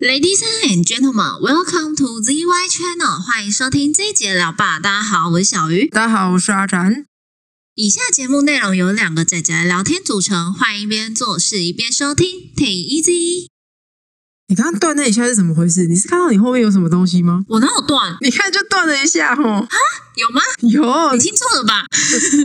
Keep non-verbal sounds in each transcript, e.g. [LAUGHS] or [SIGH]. Ladies and gentlemen, welcome to ZY Channel，欢迎收听这一节聊吧。大家好，我是小鱼。大家好，我是阿展。以下节目内容由两个仔仔聊天组成，欢迎一边做事一边收听，Take it easy。你刚刚断那一下是怎么回事？你是看到你后面有什么东西吗？我哪有断？你看就断了一下吼，有吗？有，你听错了吧？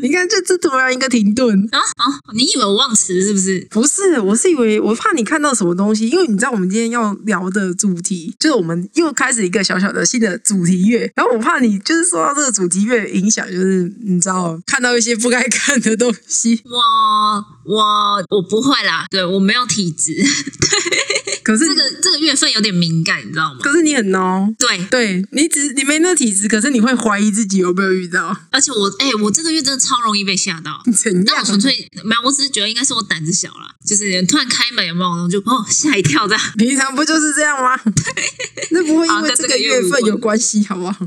你看这这突然一个停顿。啊哦，你以为我忘词是不是？不是，我是以为我怕你看到什么东西，因为你知道我们今天要聊的主题就是我们又开始一个小小的新的主题月，然后我怕你就是受到这个主题月的影响，就是你知道看到一些不该看的东西。 [LAUGHS] 我我我不会啦，对我没有体质，可是这个这个月份有点敏感，你知道吗？可是你很孬，对，对你只你没那体质，可是你会怀疑自己有没有遇到而且我哎、我这个月真的超容易被吓到。怎但样我？纯粹没有，我只是觉得应该是我胆子小啦，就是突然开门有没有，然后就哦吓一跳这样。平常不就是这样 [LAUGHS] 吗？那不会因为这个月份有关系，好不好？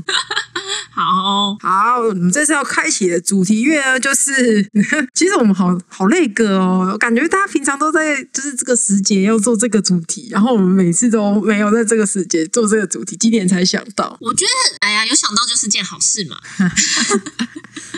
好，好，我们这次要开启的主题月呢，就是 [LAUGHS] 其实我们好好累个哦，感觉大家平常都在就是这个时节要做这个主题，然后我们每次都没有在这个时节做这个主题，今年才想到。我觉得哎呀，有想到就是件好事嘛。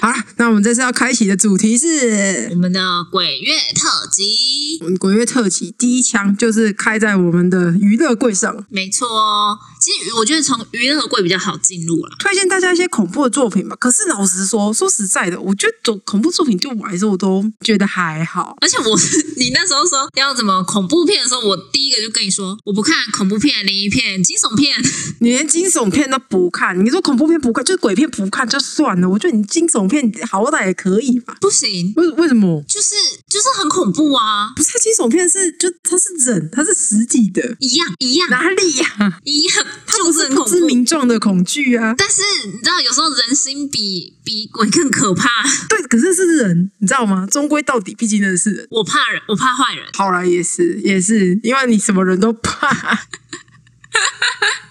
好了，那我们这次要开启的主题是我们的鬼月特辑，我们鬼月特辑第一枪，就是开在我们的娱乐柜上。没错哦。其实我觉得从娱乐柜比较好进入啦。推荐大家一些恐怖的作品吧。可是老实说，说实在的，我觉得恐恐怖作品对我来说，我都觉得还好。而且我是 [LAUGHS] 你那时候说要怎么恐怖片的时候，我第一个就跟你说，我不看恐怖片、灵异片、惊悚片， [LAUGHS] 你连惊悚片都不看，你说恐怖片不看，就是鬼片不看就算了。我觉得你惊悚片好歹也可以吧？不行，为为什么？就是就是很恐怖啊，不是惊悚片是就它是人，它是实体的，一样一样哪里呀、 [LAUGHS] 一样，它就不是是很不恐知怖。名状的恐惧啊。但是你知道，有时候人心比比鬼更可怕。对，可是是人，你知道吗？终归到底，毕竟那是人。我怕人，我怕坏人。好啦，也是也是，因为你什么人都怕。 [LAUGHS]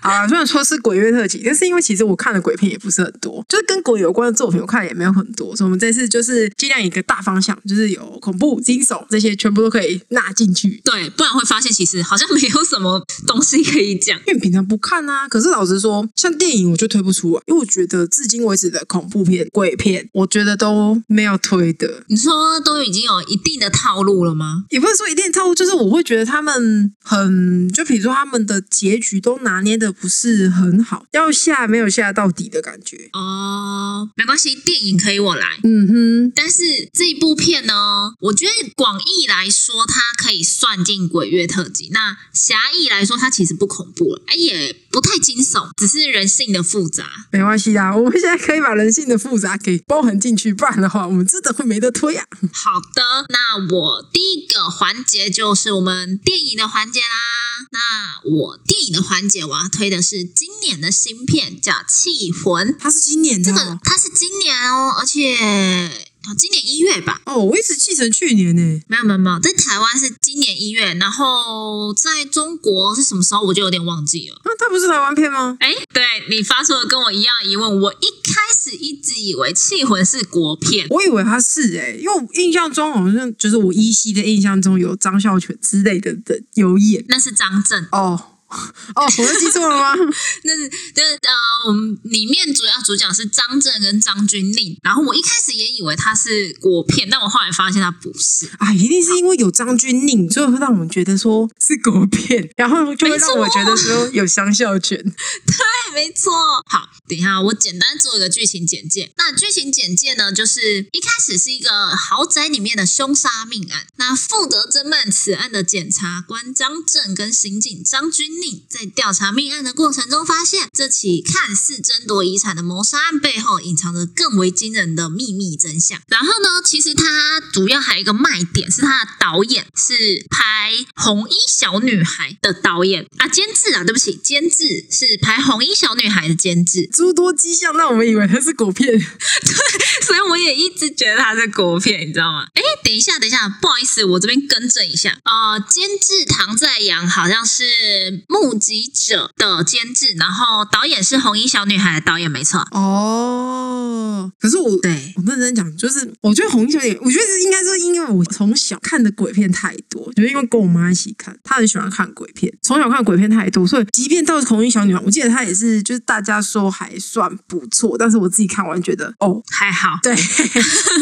好啦，虽然说是鬼月特辑，但是因为其实我看的鬼片也不是很多，就是跟鬼有关的作品我看的也没有很多，所以我们这次就是尽量一个大方向，就是有恐怖、惊悚这些全部都可以纳进去。对，不然会发现其实好像没有什么东西可以讲。因为平常不看啊，可是老实说，像电影我就推不出来，因为我觉得至今为止的恐怖片、鬼片，我觉得都没有推的。你说都已经有一定的套路了吗？也不是说一定套路，就是我会觉得他们很，就比如说他们的结局都拿捏的不是很好，要下没有下到底的感觉。哦，没关系，电影可以我来。嗯哼，但是这一部片呢，我觉得广义来说，它可以算进鬼月特辑；那狭义来说，它其实不恐怖了，哎也不太惊悚，只是人性的复杂。没关系啊，我们现在可以把人性的复杂给包含进去，不然的话，我们真的会没得推啊。好的，那我第一个环节就是我们电影的环节啦。那我电影的环节，我要推的是今年的新片，叫《气魂》。它是今年的这哦、个它是今年哦，而且啊今年一月吧。哦，我一直记成去年呢、没有没有没有，在台湾是今年一月，然后在中国是什么时候我就有点忘记了。那、它不是台湾片吗？哎，对你发出了跟我一样的疑问，我一开始一直以为《气魂》是国片，我以为它是哎、因为我印象中好像就是我依稀的印象中有张孝全之类的的有演那是张震，哦哦，我是记错了吗？那是就是呃，我们里面主要主角是张震跟张钧甯，然后我一开始也以为它是国片，但我后来发现它不是。啊，一定是因为有张钧甯，所以会让我们觉得说是国 [LAUGHS] 片，然后就会让我觉得说有香笑犬。哎没错。好，等一下，我简单做一个剧情简介。那剧情简介呢，就是一开始是一个豪宅里面的凶杀命案。那负责侦办此案的检察官张震跟刑警张钧甯在调查命案的过程中，发现这起看似争夺遗产的谋杀案背后隐藏着更为惊人的秘密真相。然后呢，其实它主要还有一个卖点是它的导演是拍《红衣小女孩》的导演啊，监制啊，对不起，监制是拍《红衣小女孩》的监制，诸多迹象让我们以为它是国片，所以我也一直觉得它是国片，你知道吗？哎，等一下，等一下，不好意思，我这边更正一下，呃，监制唐在阳好像是目击者》的监制，然后导演是《红衣小女孩》的导演，没错。 [LAUGHS] 哦，可是我对，我认真讲，就是我觉得红衣小姐，我觉得应该是因为我从小看的鬼片太多，就是因为跟我妈一起看，她很喜欢看鬼片，从小看鬼片太多，所以即便到红衣小女孩，我记得她也是，就是大家说还算不错，但是我自己看完觉得，哦，还好对，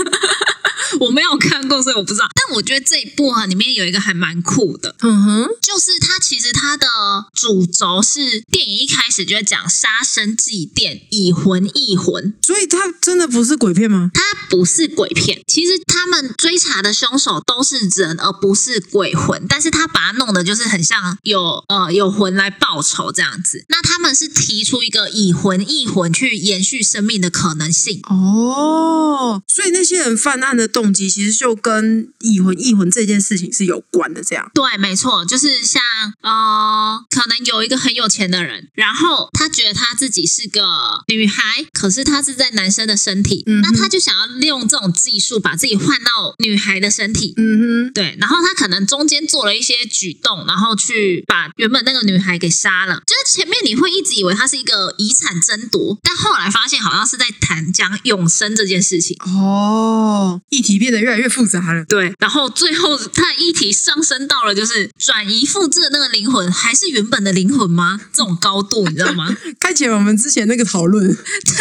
[LAUGHS] 我没有看过，所以我不知道。但我觉得这一部啊，里面有一个还蛮酷的，嗯哼，就是它其实它的主轴是电影一开始就在讲杀生祭奠，以魂易魂，所以她真的不是鬼片吗？它不是鬼片。其实他们追查的凶手都是人，而不是鬼魂，但是他把它弄的就是很像有呃有魂来报仇这样子。那他们是提出一个以魂易魂去延续生命的可能性。哦，所以那些人犯案的动机其实就跟异魂异魂这件事情是有关的，这样。对，没错，就是像呃，可能有一个很有钱的人，然后他觉得他自己是个女孩，可是他是在男生的身体，嗯哼那他就想要利用这种技术把自己换到女孩的身体。嗯对，然后他可能中间做了一些举动，然后去把原本那个女孩给杀了。就是前面你会一直以为他是一个遗产争夺，但后来发现好像是在谈讲永生这件事情。哼，哦，议题变得越来越复杂了。 [LAUGHS] 对，然后最后他的议题上升到了就是转移复制的那个灵魂还是原本的灵魂吗？这种高度你知道吗？开启了我们之前那个讨论， [LAUGHS]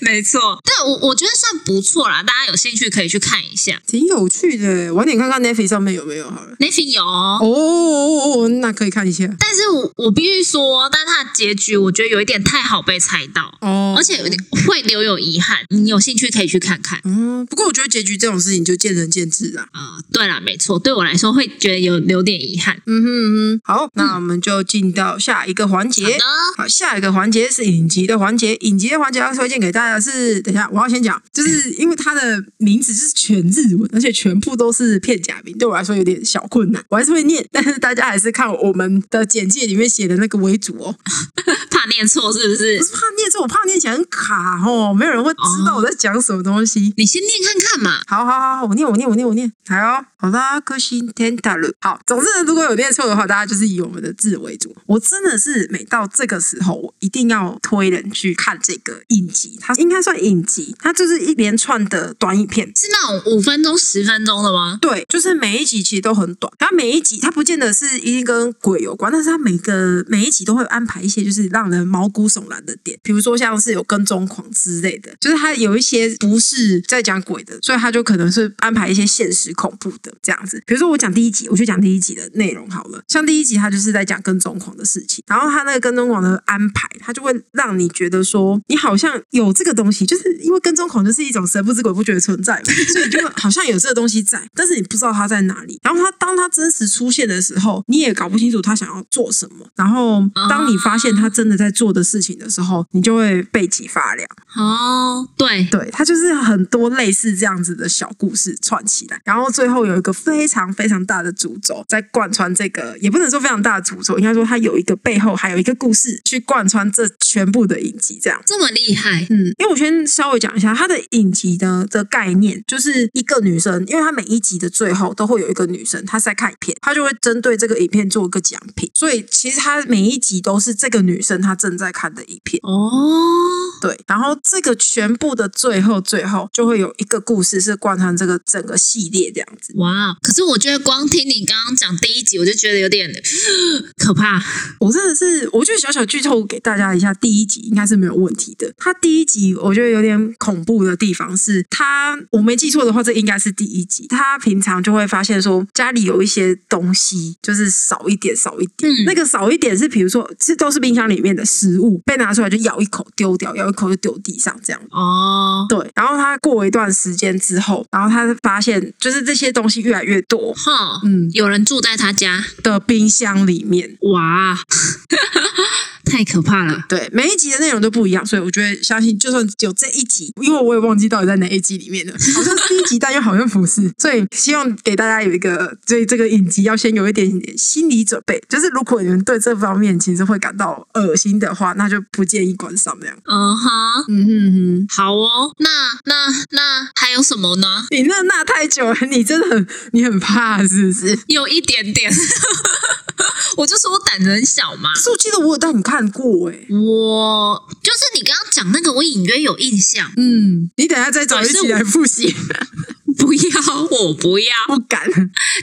没错，对我我觉得算不错啦，大家有兴趣可以去看一下。 [LAUGHS] 挺有趣的。晚点看看 n e t f l i 上面有没有好了。 n e f i 有哦，哦哦，哦那可以看一下。但是我我必须说，但它的结局我觉得有一点太好被猜到，哦，而且有点会留有遗憾。你有兴趣可以去看看。嗯，不过我觉得结局这种事情就见仁见智啦。啊、对啦，没错，对我来说会觉得有留点遗憾。嗯哼嗯哼，好，那我们就进到下一个环节。好的，好，下一个环节是影集的环节。影集的环节要推荐给大家的是，等一下我要先讲，就是因为它的名字就是全日文，而且全部都是片假名，对我来说有点小困难，我还是会念，但是大家还是看我们的简介里面写的那个为主哦。怕念错是不不是？是怕念错，我怕念起来很卡哦，没有人会知道我在讲什么东西。你先念看看嘛。好好好，我念我念我念我念，来哦，好啦，克星 tentalu。好，总之呢，如果有念错的话，大家就是以我们的字为主。我真的是每到这个时候，我一定要推人去看这个影集，它应该算影集，它就是一连串的短影片。是那种五分钟、十分钟的吗？对，就是每一集其实都很短，然后每一集它不见得是一定跟鬼有关，但是它每个每一集都会安排一些就是让人毛骨悚然的点，比如说像是有跟踪狂之类的，就是它有一些不是在讲鬼的，所以它就可能是安排一些现实恐怖的这样子。比如说我讲第一集，我就讲第一集的内容好了，像第一集它就是在讲跟踪狂的事情，然后它那个跟踪狂的安排，它就会让你觉得说你好像有这个东西，就是因为跟踪狂就是一种神不知鬼不觉的存在嘛，所以你就会好像有这个东西在，但是你不知道它在哪里。然后它当它真实出现的时候，你也搞不清楚它想要做什么。然后当你发现它真的在做的事情的时候，你就会背脊发凉。哦，对，对，它就是很多类似这样子的小故事串起来，然后最后有一个非常非常大的主轴在贯穿这个，也不能说非常大的主轴，应该说它有一个背后还有一个故事去贯穿这全部的影集这样。这么厉害，嗯，因为我先稍微讲一下它的影集呢的概念，就是一个女生，因为她每一集的最后都会有一个女生，她是在看影片，她就会针对这个影片做一个讲评，所以其实她每一集都是这个女生她正在看的影片。哦，对，然后这个全部的最后最后就会有一个故事是贯穿这个整个系列这样子。哇！哦可是我觉得光听你刚刚讲第一集，我就觉得有点可怕。我真的是，我觉得小小剧透给大家一下，第一集应该是没有问题的。它第一集我觉得有点恐怖的地方是，它我没记错的话，这应该是第一集。他平常就会发现说家里有一些东西就是少一点，少一点。嗯那个少一点是比如说，这都是冰箱里面的食物被拿出来就咬一口丢掉，咬一口就丢地上这样。哦，对，然后他过一段时间之后，然后他发现就是这些东西越来越多哈，嗯有人住在他家，的冰箱里面。哇，哦 [LAUGHS] 太可怕了。对，每一集的内容都不一样，所以我觉得相信，就算只有这一集，因为我也忘记到底在哪一集里面了，好像是第一集，但又好像不是，所以希望给大家有一个对这个影集要先有一点点心理准备，就是如果你们对这方面其实会感到恶心的话，那就不建议观赏这样。嗯哼，嗯哼哼。好哦，那那那还有什么呢？你那那太久了，你真的很你很怕是不是？有一点点， [LAUGHS] 我就说我胆子很小嘛可。是我记得我有带你看过哎、我就是你刚刚讲那个，我隐约有印象。嗯，你等一下再找一对是起来复习，不要，我不要。不敢。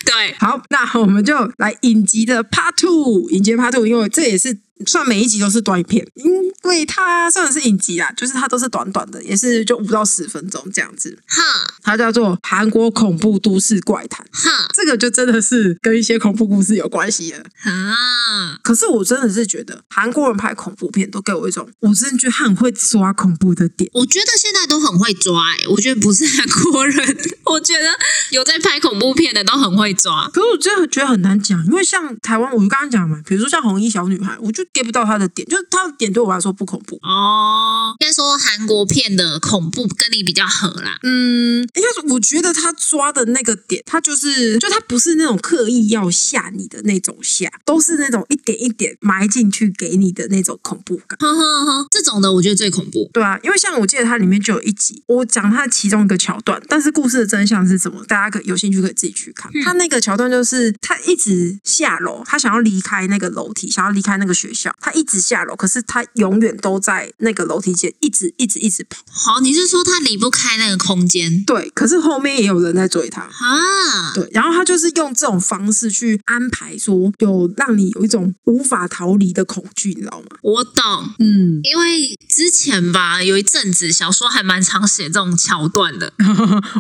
对，好，那我们就来影集的 Part Two，影集的 Part Two，因为这也是算每一集都是短片，因为它算是影集啊，就是它都是短短的，也是就五到十分钟这样子。哈它叫做《韩国恐怖都市怪谈》，哈这个就真的是跟一些恐怖故事有关系了。啊！可是我真的是觉得韩国人拍恐怖片都给我一种，我真的觉得他很会抓恐怖的点。我觉得现在都很会抓、欸，我觉得不是韩国人， [LAUGHS] 我觉得有在拍恐怖片的都很会抓。可是我真的觉得很难讲，因为像台湾，我就刚刚讲嘛，比如说像红衣小女孩，我就 get 不到她的点，就是她的点对我来说不恐怖。哦，应该说韩国片的恐怖跟你比较合啦。嗯，应该说，我觉得他抓的那个点，他就是，就他不是那种刻意要吓你的那种吓，都是那种一点一点埋进去给你的那种恐怖感。呵呵呵，这种的我觉得最恐怖。对啊，因为像我记得它里面就有一集，我讲它其中一个桥段，但是故事的真相是什么，大家可有兴趣可以自己去看。它那个桥段就是他一直下楼，他想要离开那个楼梯，想要离开那个学校，他一直下楼，可是他永远都在那个楼梯间一直一直一直跑。好，你是说他离不开那个空间对，可是后面也有人在追他。啊？对，然后他就是用这种方式去安排，说有让你有一种无法逃离的恐惧，你知道吗？我懂，嗯，因为之前吧，有一阵子小说还蛮常写这种桥段的。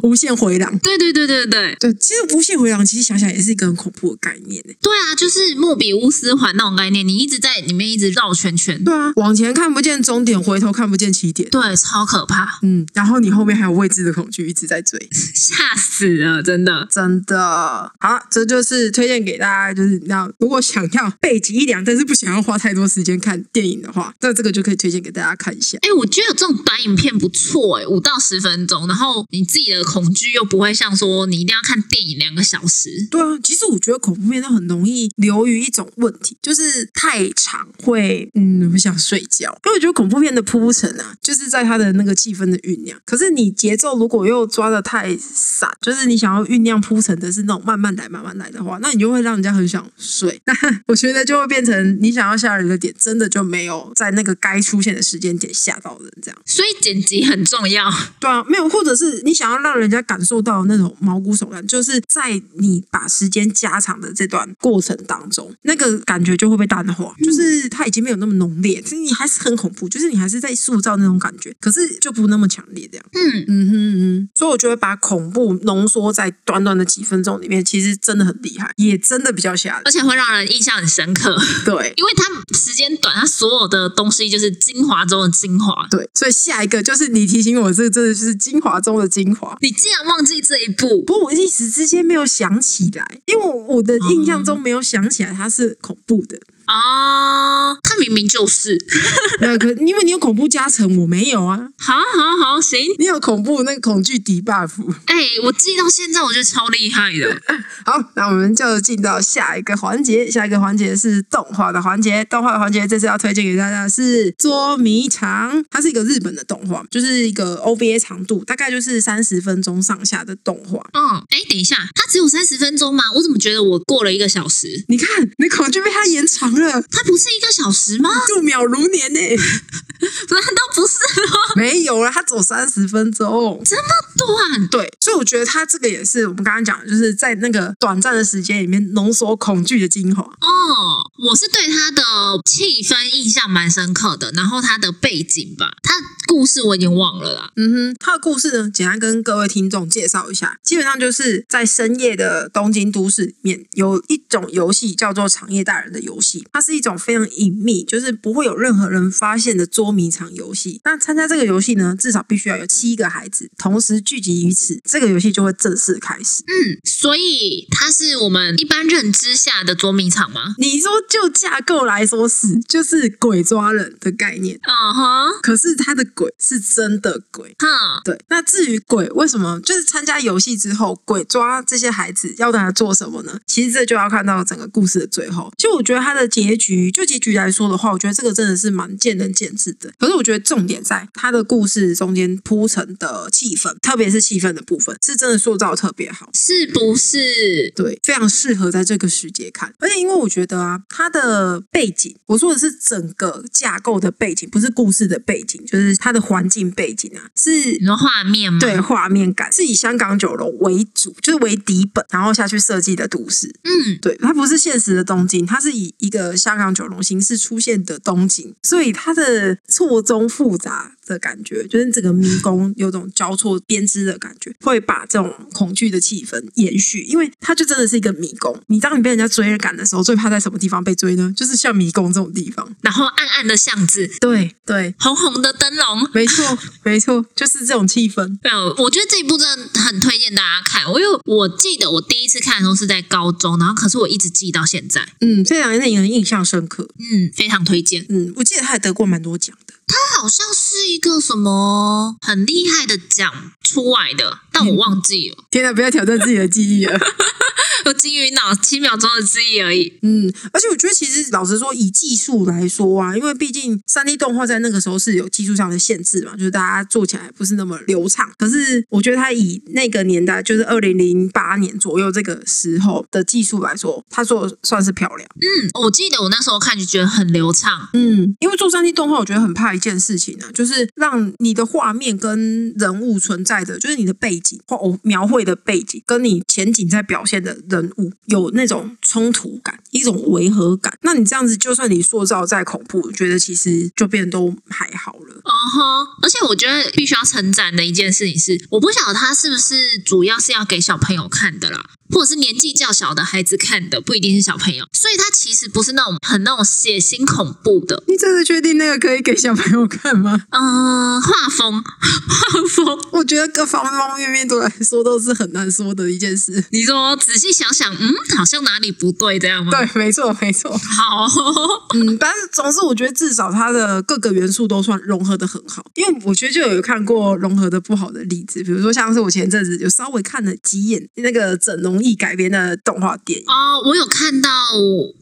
无限回廊。对对对对对，对，其实无限回廊其实想想也是一个很恐怖的概念欸诶。对啊，就是莫比乌斯环那种概念，你一直在里面一直绕圈圈，对啊，往前看不见终点，回头看不见起点。对，超可怕，嗯，然后你后面还有未知的恐惧一直在追，吓死了，真的。真的。好，这就是推荐给大家，就是那如果想要背脊一凉，但是不想要花太多时间看电影的话，那这个就可以推荐给大家看一下。哎、我觉得有这种短影片不错哎、五到十分钟，然后你自己的恐惧又不会像说你一定要看电影两个小时，对啊，其实我觉得恐怖片都很容易流于一种问题，就是太长会嗯不想睡觉。因为我觉得恐怖片的铺陈啊，就是在它的那个气氛的酝酿。可是你节奏如果又抓的太散，就是你想要酝酿铺陈的是那种慢慢来、慢慢来的话，那你就会让人家很想睡。 [LAUGHS] 那我觉得就会变成你想要吓人的点，真的就没有在那个该出现的时间点吓到人这样。所以剪辑很重要。对啊，没有，或者是你想要让人家感受到那种毛骨悚然，就是在你把时间加长的这段过程当中，那个感觉就会被淡化，就是它已经没有那么浓烈，其实你还是很恐怖，就是你还是在塑造那种感觉，可是就不那么强烈这样。嗯，嗯哼嗯哼，所以我觉得把恐怖浓缩在短短的几分钟里面，其实真的很厉害，也真的比较 [LAUGHS] 吓人而。且会让人印象很深刻，对。因为它时间短，它所有的东西就是精华中的精华。对，所以下一个就是你提醒我，这真的就是精华中的精华。你竟然忘记这一步，不过我一时之间没有想起来，因为我我的印象中没有想起来它是恐怖的。哦，他明明就是，那可因为你有恐怖加成，我没有啊。好好好，行，你有恐怖那个恐惧 debuff。哎、我记到现在，我觉得超厉害的。好，那我们就进到下一个环节，下一个环节是动画的环节。动画的环节这次要推荐给大家的是《捉迷藏》，它是一个日本的动画，就是一个 OVA 长度，大概就是三十分钟上下的动画。嗯，哎、等一下，它只有三十分钟吗？我怎么觉得我过了一个小时？你看，你恐惧被它延长了，它不是一个小时吗？度秒如年呢、 [LAUGHS] [LAUGHS] 难道不是吗？没有啊了，它走三十分钟。这么短？对，所以我觉得他这个也是我们刚刚讲的，就是在那个短暂的时间里面浓缩恐惧的精华。哦，我是对它的气氛印象蛮深刻的，然后它的背景吧，它的故事我已经忘了啦。嗯哼，他的故事呢，简单跟各位听众介绍一下，基本上就是在深夜的东京都市里面，有一种游戏叫做“长夜大人”的游戏，它是一种非常隐秘，就是不会有任何人发现的捉迷藏游戏。那参加这个游戏呢，至少必须要有七个孩子同时聚集于此，这个游戏就会正式开始。嗯，所以它是我们一般认知下的捉迷藏吗？你说就架构来说是，就是鬼抓人的概念。嗯哼，可是他的鬼是真的鬼。哈，对，那至于鬼为什么就是参加游戏之后，鬼抓这些孩子要让他做什么呢？其实这就要看到整个故事的最后。其实我觉得他的结局，就结局来说的话，我觉得这个真的是蛮见仁见智的。可是我觉得重点在它的故事中间铺陈的气氛，特别是气氛的部分，是真的塑造得特别好。是不是？对，非常适合在这个时节看。而且因为我觉得啊，它的背景，我说的是整个架构的背景，不是故事的背景，就是它的环境背景啊，是你说画面吗？对，画面感，是以香港酒楼为主，就是为底本，然后下去设计的都市。嗯，对，它不是现实的东京，它是以一个香港九龙形式出现的东京，所以它的错综复杂的感觉，就是整个迷宫有种交错编织的感觉，会把这种恐惧的气氛延续，因为它就真的是一个迷宫。你当你被人家追赶的时候，最怕在什么地方被追呢？就是像迷宫这种地方。然后暗暗的巷子，对对，红红的灯笼。没错没错，就是这种气氛。没有，啊我觉得这一部真的很推荐大家看。我有，我记得我第一次看的时候是在高中，然后可是我一直记到现在。嗯，这两个令人印象深刻。嗯，非常推荐。嗯，我记得他还得过蛮多奖的。它好像是一个什么很厉害的奖出来的，但我忘记了，天哪，不要挑战自己的记忆了。 [LAUGHS] 我金鱼脑七秒钟的记忆而已。嗯，而且我觉得其实老实说，以技术来说啊，因为毕竟三 D 动画在那个时候是有技术上的限制嘛，就是大家做起来不是那么流畅。可是我觉得它以那个年代，就是二零零八年左右这个时候的技术来说，它做得算是漂亮。嗯，我记得我那时候看就觉得很流畅。嗯，因为做三 D 动画，我觉得很怕一件事情啊，就是让你的画面跟人物存在的，就是你的背景或我描绘的背景，跟你前景在表现的人物有那种冲突感，一种违和感。那你这样子，就算你塑造再恐怖，我觉得其实就变得都还好了。哦吼！而且我觉得必须要称赞的一件事情是，我不晓得它是不是主要是要给小朋友看的啦，或者是年纪较小的孩子看的，不一定是小朋友，所以它其实不是那种很那种血腥恐怖的，你真的确定那个可以给小朋友看吗？嗯、画风，画风。我觉得各方方面面都来说都是很难说的一件事。你说仔细想想，嗯，好像哪里不对，这样吗？，对，没错，没错。好哦，嗯，但是总之，我觉得至少它的各个元素都算融合的很好，因为我觉得就有看过融合的不好的例子，比如说像是我前阵子有稍微看了几眼那个整容艺改编的动画电影，哦，我有看到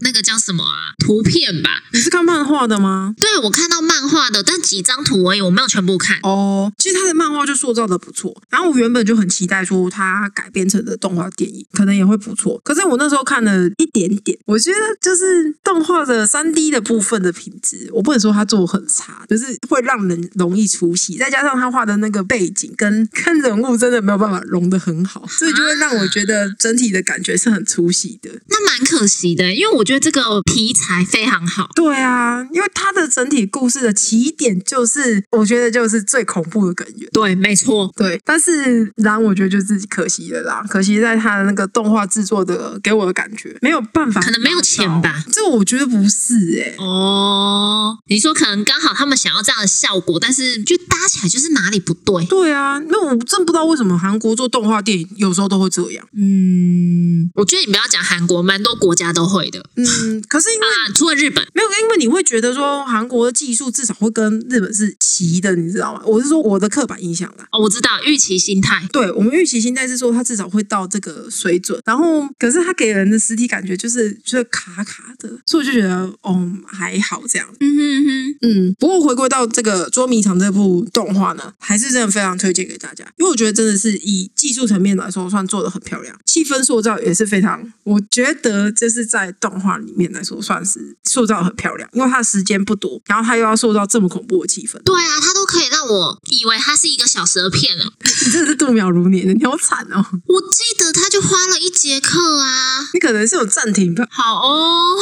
那个叫什么啊，图片吧？你是看漫画的吗？对，我看到漫画的，但几张图而已，我没有全部看。哦，其实他的漫画就塑造的不错，然后我原本就很期待说他改编成的动画电影可能也会不错，可是我那时候看了一点点，我觉得就是动画的三 D 的部分的品质，我不能说他做的很差，就是会让人容易出戏，再加上他画的那个背景跟跟人物真的没有办法融得很好，所以就会让我觉得整体的感觉是很出戏的。那蛮可惜的，欸因为我觉得这个题材非常好。对啊，因为它的整体故事的起点就是，我觉得就是最恐怖的根源。对，没错。对，但是然我觉得就是可惜了啦，可惜在他的那个动画制作的给我的感觉没有办法，可能没有钱吧。这我觉得不是哎、哦，你说可能刚好他们想要这样的效果，但是就搭起来就是哪里不对。对啊，那我真不知道为什么韩国做动画电影有时候都会这样。嗯，我觉得你不要讲韩国，蛮多国家都会的嗯，可是因为、啊，除了日本。没有，因为你会觉得说韩国的技术至少会跟日本是齐的，你知道吗？我是说我的刻板印象啦。哦，我知道预期心态。对我们预期心态是说它至少会到这个水准，然后可是它给人的实体感觉就是就是卡卡的，所以我就觉得哦还好这样。嗯哼哼，嗯，不过回归到这个《捉迷藏》这部动画呢，还是真的非常推荐给大家，因为我觉得真的是以技术层面来说，算做的很漂亮，气氛塑造也是非常，我觉得就是在动画里面来说，算是塑造得很漂亮，因为它的时间不多，然后它又要塑造这么恐怖的气 [LAUGHS] 氛，对啊，它都可以让我以为它是一个小蛇片了。你真的是度秒如年，你好惨哦！我记得他就花了一节课啊。你可能是有暂停吧，好哦，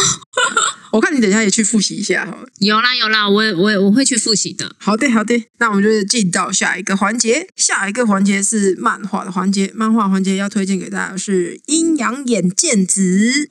我看你等一下也去复习一下好了。有啦有啦，我也我也我会去复习的。好的，好的，那我们就是进到下一个环节。下一个环节是漫画的环节，漫画环节要推荐给大家的是《阴阳眼剑子》，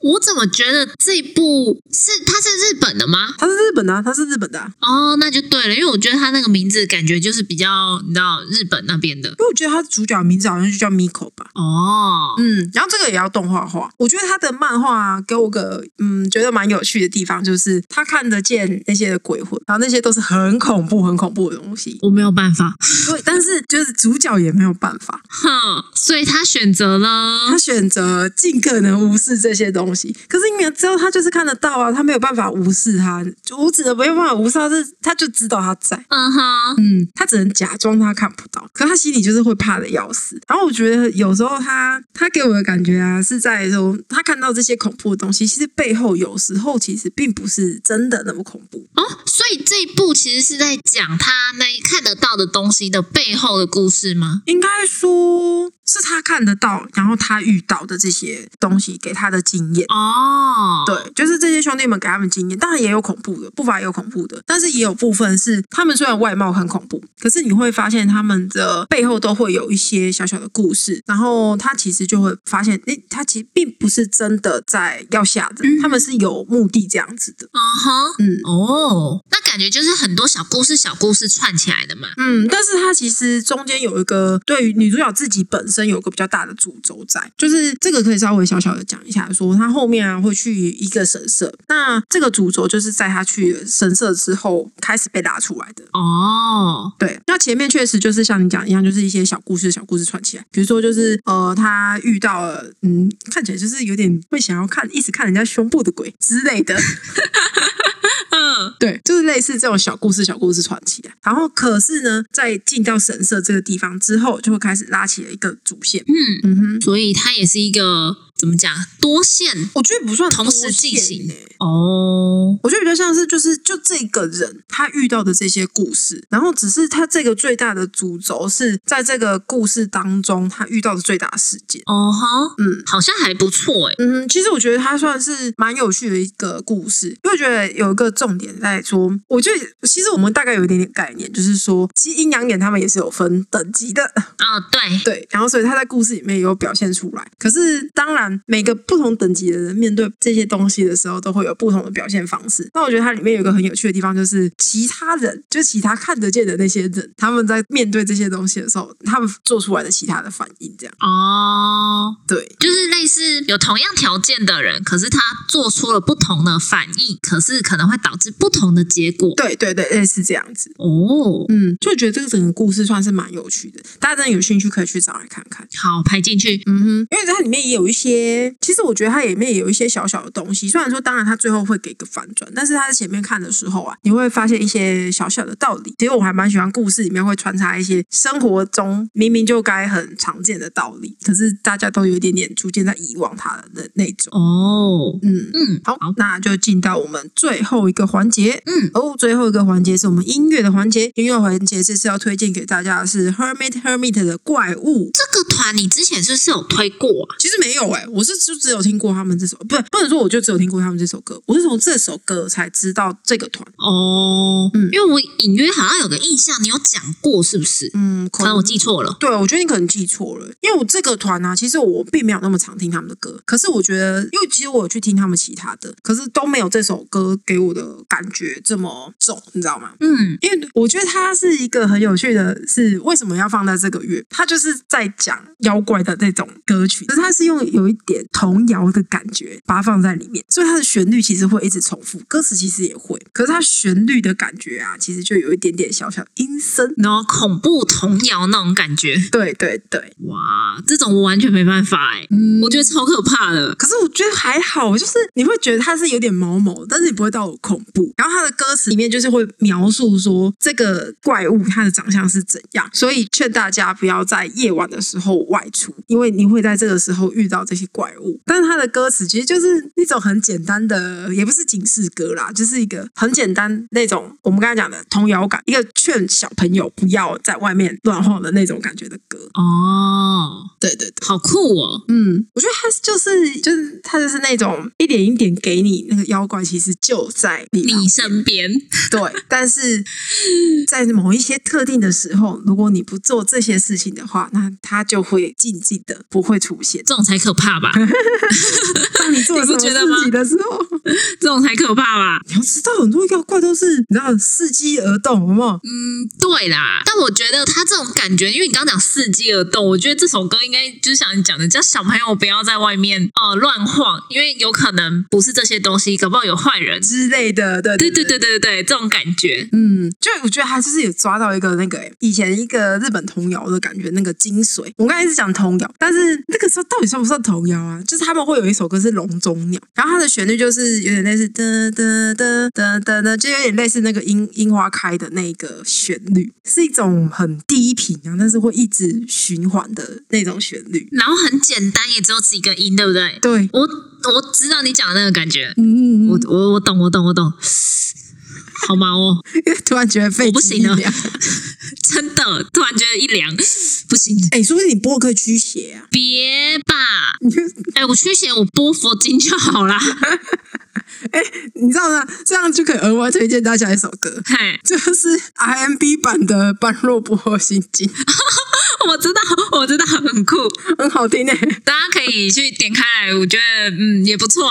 我怎么觉得这部是它是日本的吗？它是日本的、啊，它是日本的、啊，哦，那就对了，因为我觉得它那个名字感觉就是比较你知道日本那边的因为我觉得它主角名字好像就叫 Miko 吧。哦。嗯，然后这个也要动画化。我觉得他的漫画、啊、给我个嗯，觉得蛮有趣的地方，就是他看得见那些的鬼魂，然后那些都是很恐怖、很恐怖的东西。我没有办法，对，但是就是主角也没有办法，哼，所以他选择了他选择尽可能无视这些东西。可是你明知道他就是看得到啊，他没有办法无视他，就我指的没有办法无视他是，他就知道他在。嗯哼，嗯，他只能假装他看不到，可他心里就是会怕的要死。然后我觉得有时候他他给我的感觉啊，是在说他看到这些恐怖的东西，其实背后有时候其实并不是真的那么恐怖。哦，所以这一部其实是在讲他那看得到的东西的背后的故事吗？应该说是他看得到，然后他遇到的这些东西给他的经验。哦，对，就是这些兄弟们给他们经验，当然也有恐怖的，不乏也有恐怖的，但是也有部分是他们虽然外貌很恐怖，可是你会发现他们的背后都会有一些小小的故事，然后他其实就会发现，诶，他其实并不是真的在要吓人，他们是有目的这样子的。嗯哼，嗯哦，那感觉就是很多小故事、小故事串起来的嘛。嗯，但是它其实中间有一个对于女主角自己本身有个比较大的主轴在，就是这个可以稍微小小的讲一下说她后面啊会去一个神社，那这个主轴就是在她去神社之后开始被拉出来的。哦，对，那前面确实就是像你讲一样，就是一些小故事、小故事串起来。比如说，就是呃，她遇到了，嗯，看起来就是有点会想要看，一直看人家胸部的鬼之类的，嗯， [LAUGHS] 对，就是类似这种小故事、小故事传奇啊。然后，可是呢，在进到神社这个地方之后，就会开始拉起了一个主线。嗯嗯哼，所以它也是一个怎么讲多线我觉得不算同时多线进行欸哦，我觉得比较像是就是就这个人他遇到的这些故事，然后只是他这个最大的主轴是在这个故事当中他遇到的最大的事件。哦哈，嗯，好像还不错欸诶。嗯，其实我觉得它算是蛮有趣的一个故事，因为我觉得有一个重点在说，我觉得其实我们大概有一点点概念，就是说，其实阴阳眼他们也是有分等级的，哦，对，对，然后所以他在故事里面也有表现出来。可是当然，每个不同等级的人面对这些东西的时候，都会有不同的表现方式。那我觉得它里面有一个很有趣的地方，就是其他人，就其他看得见的那些人，他们在面对这些东西的时候，他们做出来的其他的反应，这样哦，对。就是类似有同样条件的人，可是他做出了不同的反应，可是可能会导致不同的结果。对对对，类似这样子。哦，嗯，就觉得这个整个故事算是蛮有趣的，大家真的有兴趣可以去找来看看。好，排进去。嗯哼，因为它里面也有一些，其实我觉得它里面也有一些小小的东西。虽然说，当然它最后会给个反转，但是它在前面看的时候啊，你会发现一些小小的道理。其实我还蛮喜欢故事里面会穿插一些生活中明明就该很常见的道理，可是大家都有一点点逐渐在遗忘它的那那种。哦，嗯，嗯，好，那就进到我们最后一个环节。嗯，哦，最后一个环节是我们音乐的环节。音乐环节这次要推荐给大家的是 Hermit Hermit 的怪物。这个团你之前是不是有推过啊？其实没有哎、我是就只有听过他们这首，不是不能说我就只有听过他们这首歌，我是从这首歌才知道这个团。哦，嗯因为我隐约好像有个印象，你有讲过是不是？嗯，可能我记错了。对，我觉得你可能记错了，因为我这个团啊，其实我并没有那么常听他们的歌，可是我觉得，因为其实我有去听他们其他的，可是都没有这首歌给我的感觉这么重，你知道吗？嗯，因为我觉得它是一个很有趣的，是为什么要放在这个月？它就是在讲妖怪的那种歌曲，可是它是用有一点童谣的感觉把它放在里面，所以它的旋律其实会一直重复，歌词其实也会，可是它旋律的感觉啊，其实就有一点点小小阴森。然后恐怖童谣那种感觉，对对对，哇，这种我完全没办法哎、嗯我觉得超可怕的。可是我觉得还好，就是你会觉得它是有点毛毛，但是你不会到恐怖。然后它的歌词里面就是会描述说这个怪物它的长相是怎样，所以劝大家不要在夜晚的时候外出，因为你会在这个时候遇到这些怪物。但是它的歌词其实就是那种很简单的，也不是警示歌啦，就是一个很简单那种我们刚才讲的童谣感，一个劝小朋友不要在外面乱晃的那种感觉的歌。哦，对对对。好酷哦！嗯，我觉得他就是就是他就是那种一点一点给你那个妖怪，其实就在你旁你身边，对，但是在某一些特定的时候，如果你不做这些事情的话，那他就会静静的不会出现。 [LAUGHS] 这种才可怕吧？当你做 [LAUGHS] 了你不什么觉得吗事情的时候，这种才可怕吧？你要知道很多妖怪都是你知道伺机而动，好不好？嗯，对啦。但我觉得他这种感觉，因为你刚刚讲伺机而动，我觉得这首歌应该就是像你讲的，叫小朋友不要要在外面呃乱晃，因为有可能不是这些东西，搞不好有坏人。之类的，对对对对对对，这种感觉，嗯，就我觉得他就是有抓到一个那个欸以前一个日本童谣的感觉，那个精髓。我刚才是讲童谣，但是那个时候到底算不算童谣啊？就是他们会有一首歌是《笼中鸟》，然后它的旋律就是有点类似噔噔噔噔噔噔，就有点类似那个樱樱花开的那个旋律，是一种很低频啊，但是会一直循环的那种旋律。然后很简单，也只有几个音，对不对？对，我我知道你讲的那个感觉，嗯，我我我懂，我懂，我懂。好毛哦，突然觉得肺我不肌行了啊一凉。 [LAUGHS] 真的，突然觉得一凉，不行，哎、说不定你播可以驱邪啊！别吧。你就哎、我驱邪，我播佛经就好啦。你知道吗？这样就可以额外推荐大家一首歌，嘿，这是 RMB 版的《般若波罗心经》，我知道，我知道，很酷，很好听欸诶、大家可以去点开来，我觉得嗯也不错。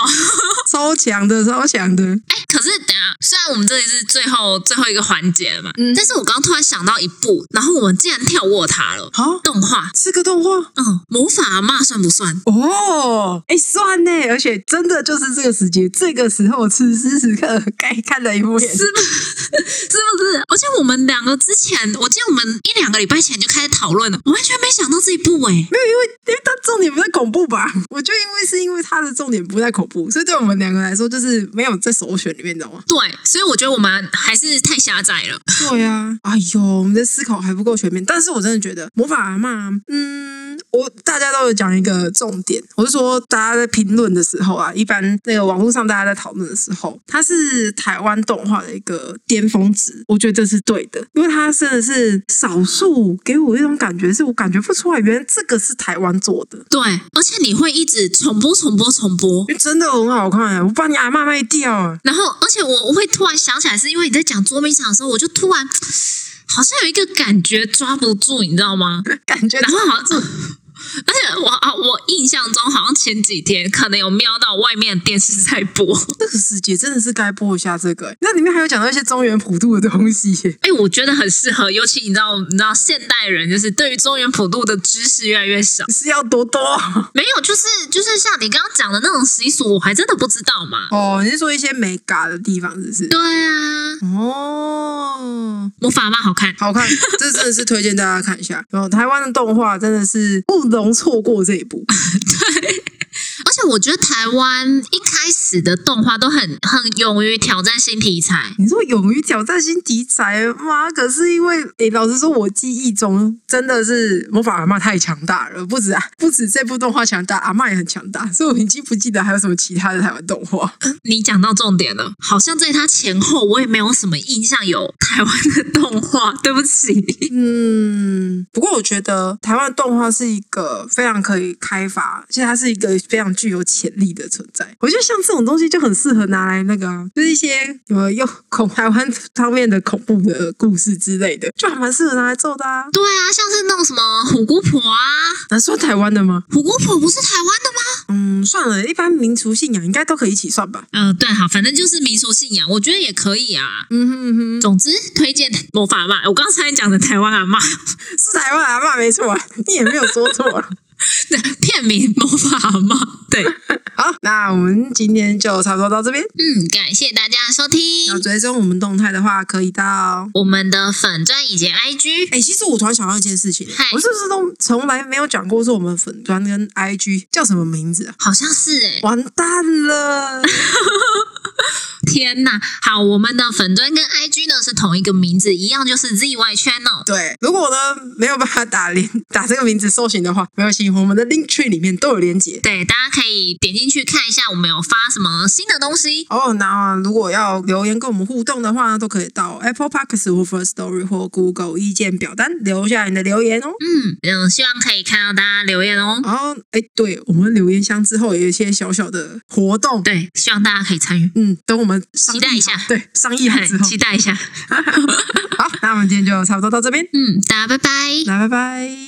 超强的，超强的。哎、可是等一下，虽然我们这里是最后最后一个环节了嘛，嗯但是我刚刚突然想到一部，然后我们竟然跳过它了，好、动画，啊是个动画嗯，魔法阿嬷算不算？哦，哎、算呢，而且真的就是这个时节，这个时候此时此刻该看的一部片是。不 [LAUGHS] 是不是？而且我们两个之前，我记得我们一两个礼拜前就开始讨论了，我完全没想到这一部哎、没有，因为因为它重点不在恐怖吧？我觉得因为是因为它的重点不在恐怖，所以对我们两个来说就是没有在首选里面，你知道吗？对，所以我觉得我们还是太狭窄了。对呀、哎呦，我们的思考还不够全面。但是我真的觉得魔法阿嬷，嗯，我大家都有讲一个重点，我是说大家在评论的时候啊，一般那个网络上大家在讨论的时候，它是台湾动画的一个巅峰值，我觉得这是对的，因为它真的是少数给我一种感觉，是我感觉不出来，原来这个是台湾做的。对，而且你会一直重播、重播、重播。因为真的很好看、我把你阿嬷卖掉啊！然后，而且我我会突然想起来，是因为你在讲捉迷藏的时候，我就突然 [SNIFFS] 好像有一个感觉抓不住，你知道吗？感觉然后好像， [LAUGHS] 而且我啊，我印象中好像前几天可能有瞄到外面的电视在播。这个世界真的是该播一下这个、那里面还有讲到一些中原普渡的东西耶、哎、我觉得很适合，尤其你知道，你知道现代人就是对于中原普渡的知识越来越少，是要多多没有，就是就是像你刚刚讲的那种习俗，我还真的不知道嘛。哦。你是说一些美嘎的地方，是不是？对啊，哦，魔法妈好看，好 [LAUGHS] 看，这真的是推荐大家看一下。然后台湾的动画真的是不容错过这一部，而且我觉得台湾一开始的动画都很很勇于挑战新题材。你说勇于挑战新题材，妈！可是因为，诶，老实说，我记忆中真的是魔法阿嬷太强大了，不止啊，不止这部动画强大，阿嬷也很强大，所以我已经不记得还有什么其他的台湾动画。你讲到重点了，好像在它前后我也没有什么印象有台湾的动画，对不起。嗯，不过我觉得台湾动画是一个非常可以开发，而且它是一个非常具有潜力的存在。我觉得像这种东西就很适合拿来那个、啊，就是一些什么用 [LAUGHS] 恐台湾方面的恐怖的故事之类的，就还蛮适合拿来做的啊。对啊，像是那种什么虎姑婆啊，能算台湾的吗？虎姑婆不是台湾的吗？嗯，算了，一般民俗信仰应该都可以一起算吧。嗯、对，好，反正就是民俗信仰，我觉得也可以啊。嗯哼嗯哼，总之，推荐魔法阿嬷。我刚才讲的台湾阿嬷，是台湾阿嬷没错啊，你也没有说错啊。 [LAUGHS] 对，片名魔法阿嬷。对，好，那我们今天就差不多到这边。嗯，感谢大家的收听要追踪我们动态的话，可以到我们的粉钻以及 IG。哎、其实我突然想到一件事情嗨，我是不是都从来没有讲过说我们粉砖跟 IG 叫什么名字啊？好像是哎、完蛋了！天呐！好，我们的粉砖跟 IG 呢是同一个名字，一样就是 ZY Channel。对，如果呢没有办法打连打这个名字搜寻的话，没关系，我们的 Link Tree 里面都有连接。对，大家可以点进去看一下，我们有发什么新的东西。哦，那如果要留言跟我们互动的话呢，都可以到 Apple Podcast 或 First Story 或 Google 意见表单留下你的留言哦。嗯嗯，希望可以看到大家留言哦。然后，哎，对我们留言箱之后有一些小小的活动，对，希望大家可以参与，嗯，等我们商期待议一下好对，商议好之 [LAUGHS] 后期，待一下。好，那我们今天就差不多到这边，嗯，大家拜拜。来，拜拜。